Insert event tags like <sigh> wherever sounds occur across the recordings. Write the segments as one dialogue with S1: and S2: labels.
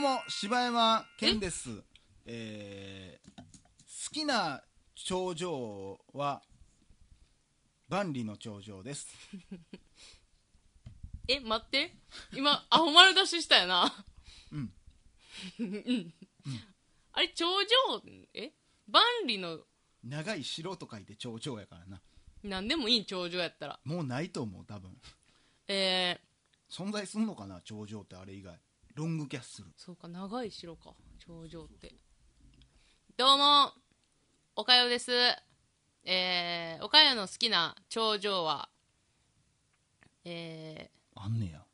S1: の柴山健です。えー好きな頂上は、万里の頂上です。
S2: え、待って。今、アホ丸出ししたよな。
S1: うん
S2: うん。あれ、頂上、え万里の、
S1: 長い城と書いて頂上やからな。
S2: なんでもいいん頂上やったら。
S1: もうないと思う、多分。
S2: えー、
S1: 存在すんのかな、頂上ってあれ以外。ロングキャッスル。
S2: そうか、長い城か。頂上って。どうも、おかよです。えー、おかよの好きな頂上は、えー、
S1: あんねや。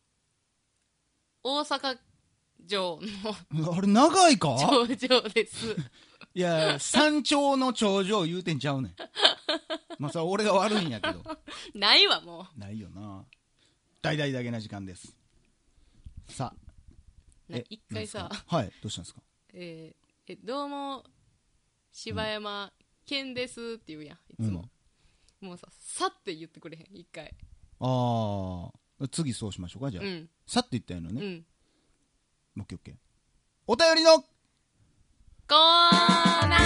S2: 大阪城の
S1: あれ長いか
S2: 頂上です。
S1: いや、山頂の頂上言うてんちゃうねん。まあ、それは俺が悪いんやけど。
S2: ないわ、も
S1: ないよな。大々だけな時間です。さあ。
S2: う。な
S1: え
S2: 一回さ
S1: 何で、すかはい、どうしたんですか
S2: えーえどうも柴山健ですって言うやんいつも、もうささって言ってくれへん一回
S1: ああ。次そうしましょうか、じゃあ。
S2: うん
S1: さって言ったような
S2: う
S1: ね。
S2: ん
S1: オッケーオッケー。お便りの
S2: コーナー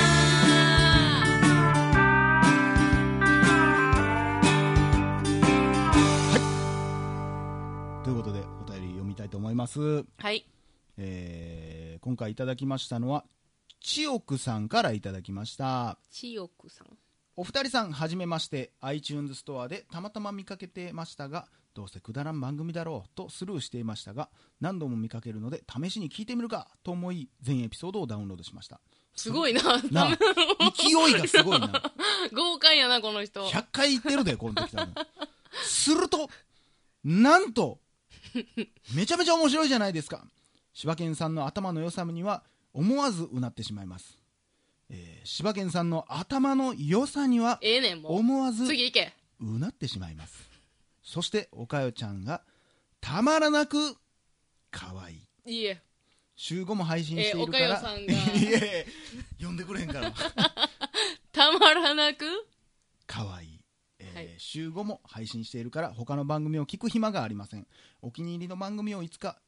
S1: ということで、お便り読みたいと思います。
S2: はい
S1: えー、今回いただきましたのは、千億さんからいただきました。
S2: 千代子さん
S1: お二人さん、はじめまして、iTunes ストアでたまたま見かけてましたが、どうせくだらん番組だろうとスルーしていましたが、何度も見かけるので、試しに聞いてみるかと思い、全エピソードをダウンロードしました。
S2: すごいな
S1: な
S2: <laughs>
S1: あ勢いがすごいな。
S2: 豪快やなこの人
S1: 100回言ってるで、この時多分。すると、なんと、めちゃめちゃ面白いじゃないですか。柴犬さんの頭の良さには思わずうなってしまいます。えー、柴犬さんの頭の良さには
S2: ええねんも
S1: 思わ
S2: う
S1: ず
S2: 次行け
S1: うなってしまいます。そして、おかよちゃんがたまらなく可愛い。
S2: いいえ
S1: 週5も配信しているから、
S2: えーおかよさんが
S1: <laughs> いやいや呼んでくれへんから。
S2: たまらなく
S1: 可愛いえー
S2: はい
S1: 週5も配信しているから他の番組を聞く暇がありませんお気に入りの番組をいつか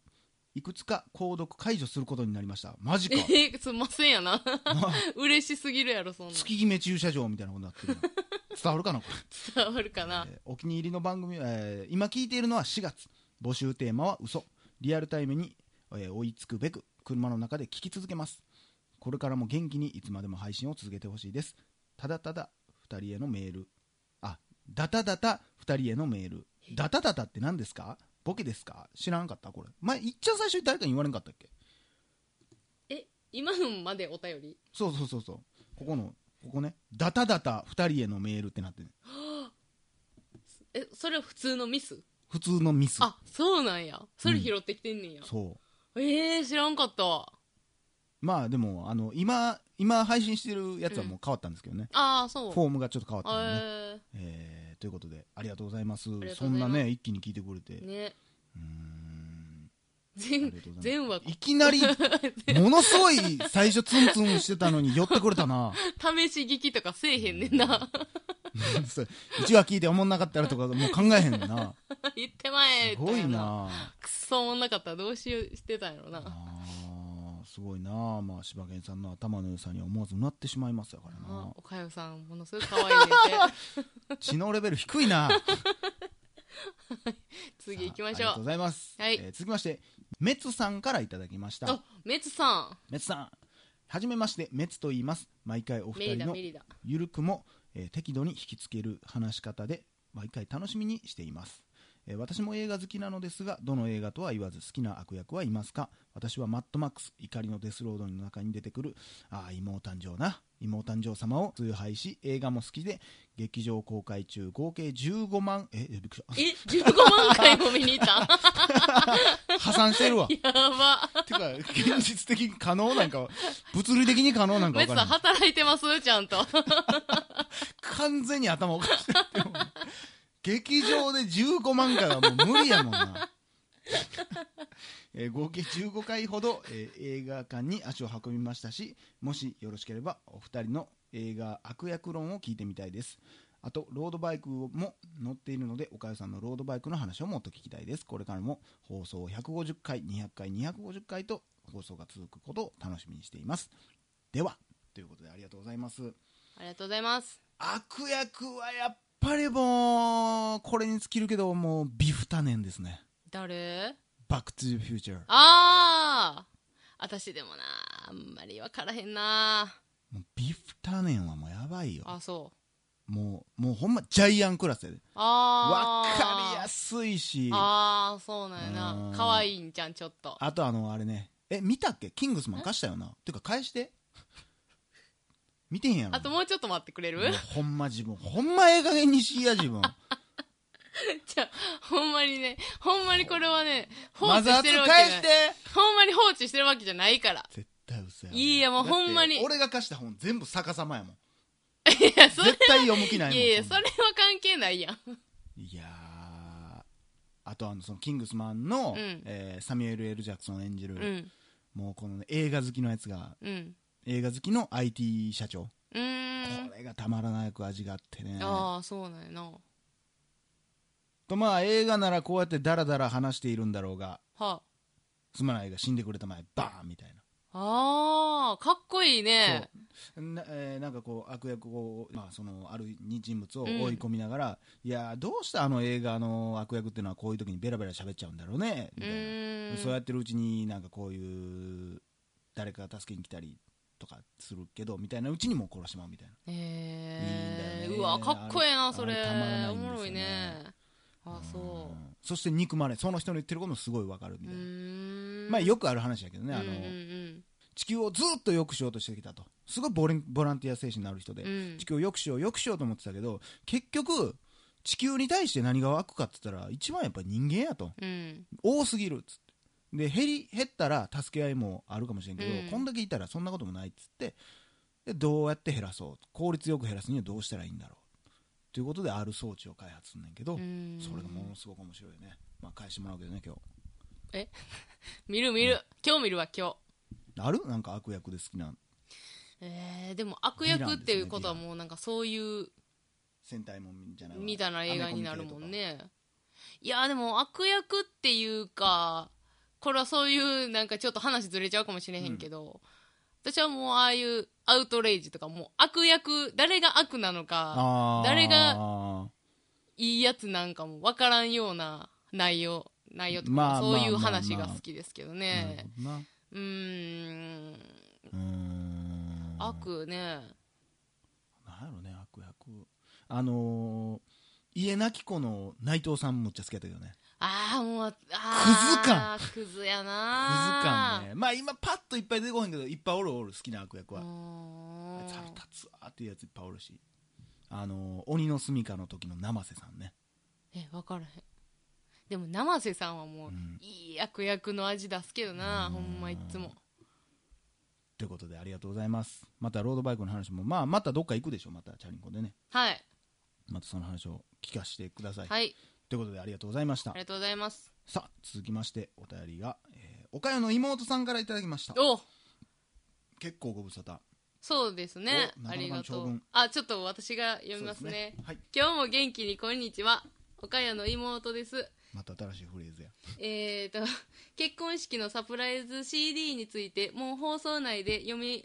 S1: いくつか購読解除することになりましたマジ
S2: え
S1: か
S2: <laughs> ーすんませんやな
S1: な
S2: 嬉しすぎるやろそんなん
S1: 月決め駐車場みたいなことになってるな伝わるかなこ
S2: 伝わるか
S1: れ、
S2: な、
S1: えーお気に入りの番組、えー今聞いているのは4月募集テーマは嘘リアルタイムに、えー追いつくべく車の中で聞き続けますこれからも元気にいつまでも配信を続けてほしいですただただ2人へのメールあだただた2人へのメールだただたって何ですかボケですか知らんかったこれ前いっちゃん最初に誰かに言われんかったっけ
S2: え今のまでお便り
S1: そうそうそうそうここのここねだただた2人へのメールってなってる
S2: えそれは普通のミス
S1: 普通のミス
S2: あそうなんやそれ拾ってきてんねんや、
S1: そう
S2: えー、知らんかったわ
S1: まあでもあの今今配信してるやつはもう変わったんですけどね、
S2: ああそう
S1: フォームがちょっと変わったんでね、
S2: え
S1: えーということでありがとうございます
S2: りがと
S1: そう
S2: ご
S1: ん
S2: ざいま
S1: な
S2: す
S1: ね一気に聞いてくれて、
S2: ー、ね
S1: うーんあり
S2: 全
S1: がとうござい
S2: 全
S1: ま
S2: 話
S1: すいきなりものすごい最初ツンツンしてたのに寄ってくれたな
S2: <laughs> 試し聞きとかせえへんねんな
S1: そう一話聞いて思んなかったらとかもう考えへんねんな
S2: <laughs> 言ってまえ
S1: すごい
S2: みた
S1: な
S2: くっそもんなかったらどうしようしてたんやろな
S1: あーすごいなまあ柴犬さんの頭の良さには思わずうなってしまいますやから
S2: あ
S1: な
S2: おかよさんものすごい可愛いねんて
S1: 知能レベル低いな <laughs>
S2: 次行きまし
S1: さあありがと
S2: ょ
S1: う
S2: う
S1: ございます、
S2: はい
S1: えー続きましてメツさんからいただきまし
S2: あ
S1: た
S2: メツさ
S1: メツさんはじめましてメツと言います毎回お
S2: ん
S1: 二
S2: メリ
S1: 人
S2: ダ
S1: の <laughs>
S2: メリダ
S1: ゆるくも、えー適度に引きつける話し方で毎回楽しみにしています、えー私も映画好きなのですがどの映画とは言わず好きな悪役はいますか私はマッドマックス怒りのデスロードの中に出てくるああ妹誕生な妹誕生様を崇拝し映画も好きで劇場公開中合計15万ええびっくりし
S2: え15万回も見に行っ
S1: <laughs>
S2: た
S1: た <laughs> 破産してるわ
S2: やば
S1: てか現実的に可能なんかは物理的に可能なんか
S2: メ
S1: 分
S2: ツ
S1: か
S2: さ
S1: らない
S2: ん働いてますちゃんと
S1: 完全に頭おかしいってもう劇場で15万回はもう無理やもんなえー合計15回ほど、えー映画館に足を運びましたしもしよろしければお二人の映画悪役論を聞いてみたいですあとロードバイクも乗っているのでおかゆさんのロードバイクの話をもっと聞きたいですこれからも放送150回200回250回と放送が続くことを楽しみにしていますではということでありがとうございます
S2: ありがとうございます
S1: 悪役はやっぱりもうこれに尽きるけどもうビフタネンですね
S2: 誰
S1: バック・トゥ・フューチャー
S2: ああ私でもなあんまり分からへんな
S1: もうビフタネンはもうやばいよ
S2: あそう
S1: もうもうほんまジャイアンクラスやでわ
S2: ああ
S1: かりや
S2: い
S1: すいしあ
S2: ああそうなんや
S1: うん
S2: な可愛いんじゃんちょっと
S1: とあのあれねえ見たっけキングスマン貸したよなていうか返して見てへんやろ
S2: あともうちょっと待ってくれ
S1: う
S2: る
S1: ほんま自分ほんまええ加減にしいや自分
S2: じゃあ <laughs> ほんまにねほんまにこれはね放
S1: マ
S2: 置
S1: ザー
S2: し
S1: ズ
S2: てるわけ
S1: 返
S2: じゃ
S1: し
S2: な
S1: て
S2: いほんまに放置してるわけじゃないから
S1: 絶対嘘やん
S2: いやもう
S1: だって
S2: ほんまに
S1: 俺が貸した本全部逆さまやもん
S2: いやそれ
S1: 絶対読む気ないもん
S2: いやいや
S1: ん
S2: そ
S1: な
S2: れは関係ないやん
S1: いやーあとあのそのキングスマンの、
S2: うん
S1: えーサミュエル・ L ・ジャクソン演じる、
S2: うん
S1: もうこのね、映画好きのやつが
S2: うん
S1: 映画好きの IT 社長、
S2: うーん
S1: これがたまらなく味があってね
S2: ああそうなんやなは
S1: とまあ映画ならこうやってダラダラ話しているんだろうが
S2: あ
S1: すまないが死んでくれたまえバーンみたい
S2: あーかっこいいね
S1: なな,、えーなんかこう悪役を、まあ、そのある人物を
S2: うん
S1: 追い込みながら、いやーどうしてあの映画の悪役っていうのはこういう時にベラベラ喋っちゃうんだろうね
S2: う
S1: みたいな、
S2: ーん
S1: そうやってるうちになんかこういう誰かが助けに来たりとかするけどみたいなうちにもう殺しまうみたいな
S2: へ
S1: いいんだ
S2: え
S1: よね
S2: うわかっこええ
S1: あ
S2: な
S1: れ
S2: それ
S1: あれたまらない
S2: お
S1: んですよね
S2: もろいねあそ
S1: んそして憎まれその人の言ってることもすごいわかる
S2: う
S1: み
S2: う
S1: たいな、
S2: ーん
S1: まあよくある話やけど
S2: く
S1: ねあの、
S2: うんうん
S1: 地球をずっと良くしようとしてきたとすごいボレンボランティア精神のある人で、
S2: うんうん
S1: 地球を良くしよう良くしようと思ってたけど結局地球に対して何が悪かって言ったら一番やっぱ人間やと
S2: うん
S1: 多すぎるっつってで減り減ったら助け合いもあるかもしれんけど、
S2: うん
S1: こんだけいたらそんなこともないっつってでどうやって減らそう効率よく減らすにはどうしたらいいんだろうということである装置を開発すんねんけど、
S2: うん
S1: それがものすごく面白いよね、まあ、返してもらうけどね今日
S2: 見る見る今日見るわ今日
S1: あるなんか悪役で好きな
S2: えーでも悪役っていうことはもうなんかそういう
S1: 戦隊もんじゃないわ
S2: みたいな映画になるも
S1: ア
S2: ん
S1: メコミ系
S2: ねいやでも悪役っていうかこれはそういうなんかちょっと話ずれちゃうかもしれへんけど、私はもうああいうアウトレイジとかもう悪役誰が悪なの
S1: とか
S2: か
S1: あー
S2: 誰がいいやつなんかも分からんような内容内容とか、
S1: まあ
S2: そういう
S1: まあまあ
S2: 話が好きですけど
S1: なる
S2: ね、
S1: ほどな
S2: うーん
S1: うーん
S2: 悪ね
S1: なんやろね悪役あのー、家なき子の内藤さんむっちゃ好きやったけどね
S2: ああもうあークズ感クズや
S1: クズ
S2: な
S1: 感ねまあ今パッといっぱい出てこへんけどいっぱいおるおる好きな悪役は
S2: う
S1: あ
S2: ーん
S1: いつ腹立つわーっていうやついっぱいおるしあのー、鬼の住みかの時の生瀬さんね
S2: え分からへんでも生瀬さんはもう、
S1: うん
S2: いい悪役の味出すけどな、
S1: うん
S2: ほんまいっつも
S1: ということでありがとうございますまたロードバイクの話もまあまたどっか行くでしょまたチャリンコでね
S2: はい
S1: またその話を聞かせてください、
S2: はい
S1: ということでありがとうございました
S2: ありがとうございます
S1: さあ続きましてお便りが、えー、おかよの妹さんからいただきました
S2: お
S1: 結構ご無沙汰
S2: そうですね
S1: おな
S2: あ
S1: かな
S2: り
S1: かの
S2: が
S1: 長
S2: とう
S1: 文
S2: あちょっと私が読みます
S1: そう
S2: ね
S1: ですはい
S2: 今日も元気にこんにちは岡谷の妹です
S1: また新しいフレーズや
S2: えーと結婚式のサプライズ CD についてもう放送内で読み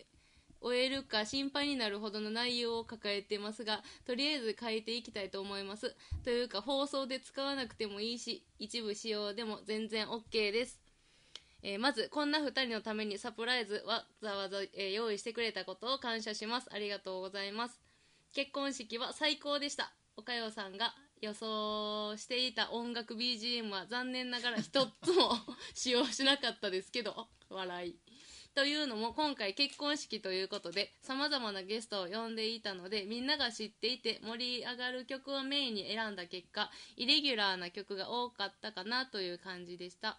S2: 終えるか心配になるほどの内容を抱えてますがとりあえず書いていきたいと思いますというか放送で使わなくてもいいし一部使用でも全然 OK です、えーまずこんな2人のためにサプライズわざわざ、えー用意してくれたことを感謝しますありがとうございます結婚式は最高でした岡よさんが予想していた音楽 BGM は残念ながら一つも使用しなかったですけど笑いというのも今回結婚式ということでさまざまなゲストを呼んでいたのでみんなが知っていて盛り上がる曲をメインに選んだ結果イレギュラーな曲が多かったかなという感じでした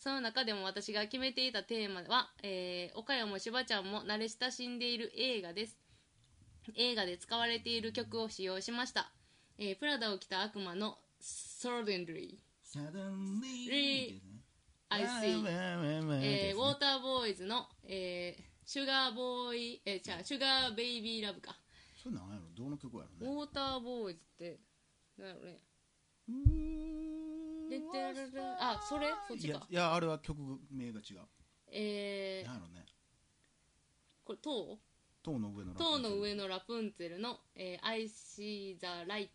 S2: その中でも私が決めていたテーマは、えー、岡山もしばちゃんも慣れ親しんでいる映画です映画で使われている曲を使用しました、えープラダを着た悪魔の「Suddenly
S1: Suddenly
S2: I See」えーウォー
S1: ー
S2: ターボーイズの、えーシュガーボーイ、えー、じゃあ、シュガーベイビーラブか。
S1: それなんやろどの曲や
S2: ウ
S1: ろね
S2: ォーターボーイズってなんやろね
S1: う
S2: で
S1: ー
S2: てららあそれそっ
S1: い
S2: ち
S1: や
S2: か
S1: いやあれは曲名が違う
S2: え
S1: なん
S2: ー、
S1: やろね
S2: これ塔
S1: 塔の上のラプンツェル
S2: 塔の上のラプンツェルの「えー、I see the light」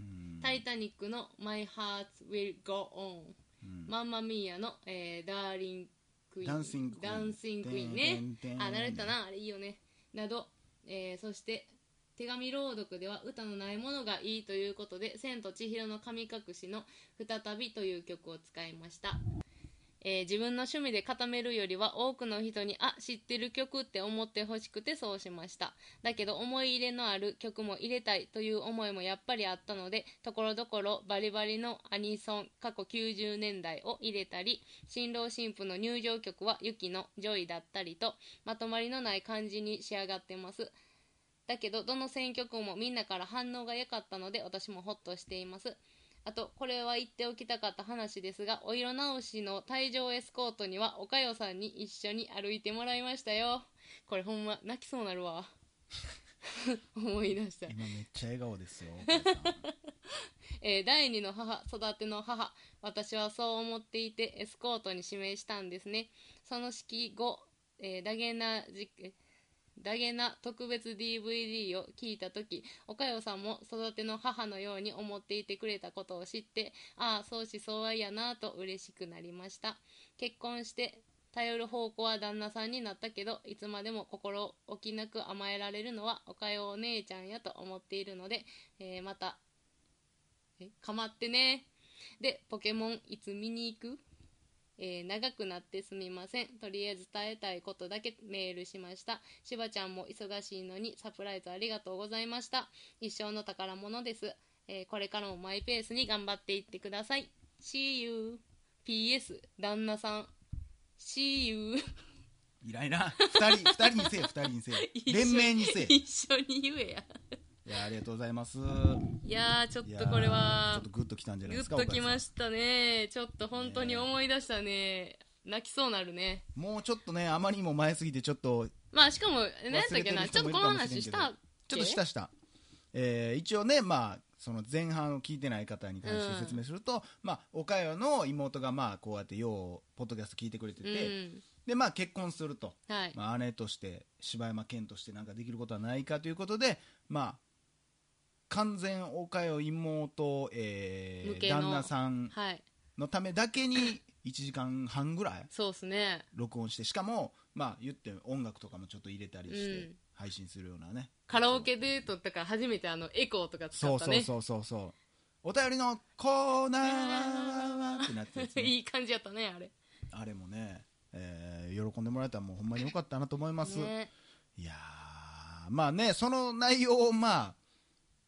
S1: うん
S2: タイタニック」の「My heart will go on」
S1: うん
S2: マンマミーヤの、えー、ダーリンクイーン
S1: ダンシング
S2: ダンシングクイーンねあ慣れたなあれいいよねなど、えーそして手紙朗読では歌のないものがいいということで「千と千尋の神隠し」の「再び」という曲を使いました、えー自分の趣味で固めるよりは多くの人に「あ知ってる曲」って思ってほしくてそうしましただけど思い入れのある曲も入れたいという思いもやっぱりあったのでところどころバリバリのアニソン過去90年代を入れたり新郎新婦の入場曲は「ユキの「ジョイ」だったりとまとまりのない感じに仕上がってますだけどどの選曲もみんなから反応が良かったので私もホッとしていますあとこれは言っておきたかった話ですがお色直しの退場エスコートにはおかよさんに一緒に歩いてもらいましたよこれほんま泣きそうなるわ <laughs> 思い出した
S1: 今めっちゃ笑顔ですよ岡井さん
S2: えー第二の母育ての母私はそう思っていてエスコートに指名したんですねその式後、えーダゲナじえダゲナ特別 DVD を聞いた時岡代さんも育ての母のように思っていてくれたことを知ってああ相思相愛やなぁと嬉しくなりました結婚して頼る方向は旦那さんになったけどいつまでも心置きなく甘えられるのはおかよお姉ちゃんやと思っているので、えーまたえかまってねでポケモンいつ見に行く、えー長くなってすみませんとりあえず伝えたいことだけメールしましたしばちゃんも忙しいのにサプライズありがとうございました一生の宝物です、えーこれからもマイペースに頑張っていってください See you PS 旦那さん See you <laughs>
S1: いらいら二人二人にせえ二人にせえ
S2: 一緒に
S1: 連名にせえい
S2: 一緒に言えや
S1: やありがとうございます
S2: いやーちょっ
S1: い
S2: と
S1: や
S2: これ
S1: ちょ
S2: は
S1: っとグッときたんじゃない
S2: グ
S1: ですか
S2: ッと
S1: 岡
S2: き
S1: 井
S2: ま
S1: さ
S2: したねちょっと本当に思い出したね泣きそうなるね
S1: んもうちょっとねあまりにも前すぎてちょっと
S2: まあしかも何やっ
S1: 忘
S2: たっ
S1: れ
S2: け
S1: てる
S2: なち
S1: 人
S2: ょっ
S1: も
S2: と
S1: い
S2: こ
S1: る
S2: の
S1: かもしれんけど
S2: 話したっけ
S1: ちょっとしたした、えー一応ね、まあ、その前半を聞いてない方に関して説明すると、まあ、岡山の妹がまあこうやってようポッドキャスト聞いてくれて
S2: う
S1: て、
S2: ん
S1: でまあ、結婚すると、
S2: はい、
S1: まあ、姉として柴山健としてなんかできることはないかということで、まあ、完全岡山妹、え
S2: 向
S1: ー
S2: けの
S1: 旦那さん
S2: はい
S1: のためだけに1時間半ぐらい
S2: そうっすね
S1: 録音してしかも、まあ、言って音楽とかもちょっと入れたりして
S2: うん
S1: 配信するようなね、
S2: カラオケデートとか初めてあのエコーとか使
S1: そ
S2: っ
S1: う
S2: た
S1: そう
S2: ね
S1: そうそうそうお便りのコーナーはってなってたやつね
S2: <laughs> いい感じやったねあれ
S1: あれもね、えー喜んでもらえたらもうほんまによかったなと思います、
S2: ね
S1: いやーまあねその内容をまあ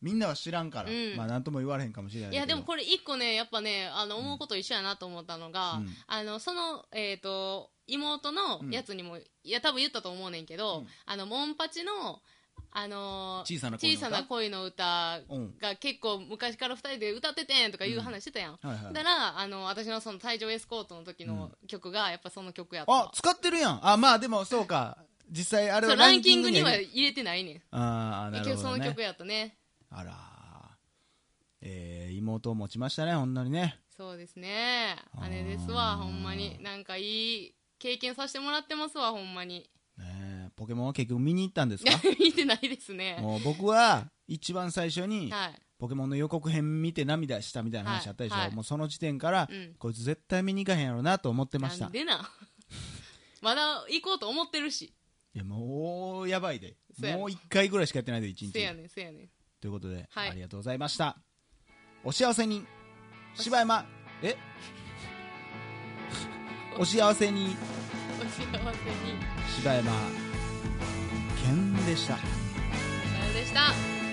S1: みんなは知らんから、
S2: うん
S1: まあ何とも言われへんかもしれない
S2: い
S1: けど
S2: やでもこれ一個ねやっぱねあの思うこと一緒やなと思ったのが、
S1: うん
S2: あのそのえっ、と妹のやつにも、いや多分言ったと思うねんけど、
S1: うん
S2: あのモンパチのあのー
S1: 小さな恋
S2: 小
S1: の歌
S2: さな恋の歌
S1: うん
S2: が結構昔から二人で歌っててんとかいう話してたやん、
S1: はいは
S2: だ
S1: い
S2: からあの私のその退場エスコートの時の曲がやっぱその曲やった、
S1: あ使ってるやんあまあでもそうか実際あれ
S2: そ
S1: は
S2: うランキングには
S1: ランキング
S2: 入れてないねん
S1: ああな
S2: 結
S1: る
S2: 局
S1: ほ
S2: そ
S1: ど
S2: の
S1: ね
S2: 曲やったね
S1: あらーえー妹を持ちましたねほんなにね
S2: そうですね
S1: あー
S2: 姉ですわほんまになんかいい経験させてもらってますわほんまに
S1: ねえポケモンは結局見に行ったんですか
S2: <laughs> 見てないですね
S1: もう僕は一番最初に
S2: はい
S1: ポケモンの予告編見て涙したみたいな話あったでしょ、
S2: はいはい
S1: もうその時点から、
S2: うん
S1: こいつ絶対見に行かへんやろなと思ってまし
S2: な
S1: た
S2: んでな <laughs> まだ行こうと思ってるし
S1: いやもうやばいで
S2: そうやろ
S1: もう1回ぐらいしかやってないで1日
S2: せやねんせやねん
S1: ということで、
S2: はい
S1: ありがとうございましたお幸せに柴山
S2: <laughs>
S1: えお幸せに
S2: お幸せに
S1: 柴山健でした
S2: さようでした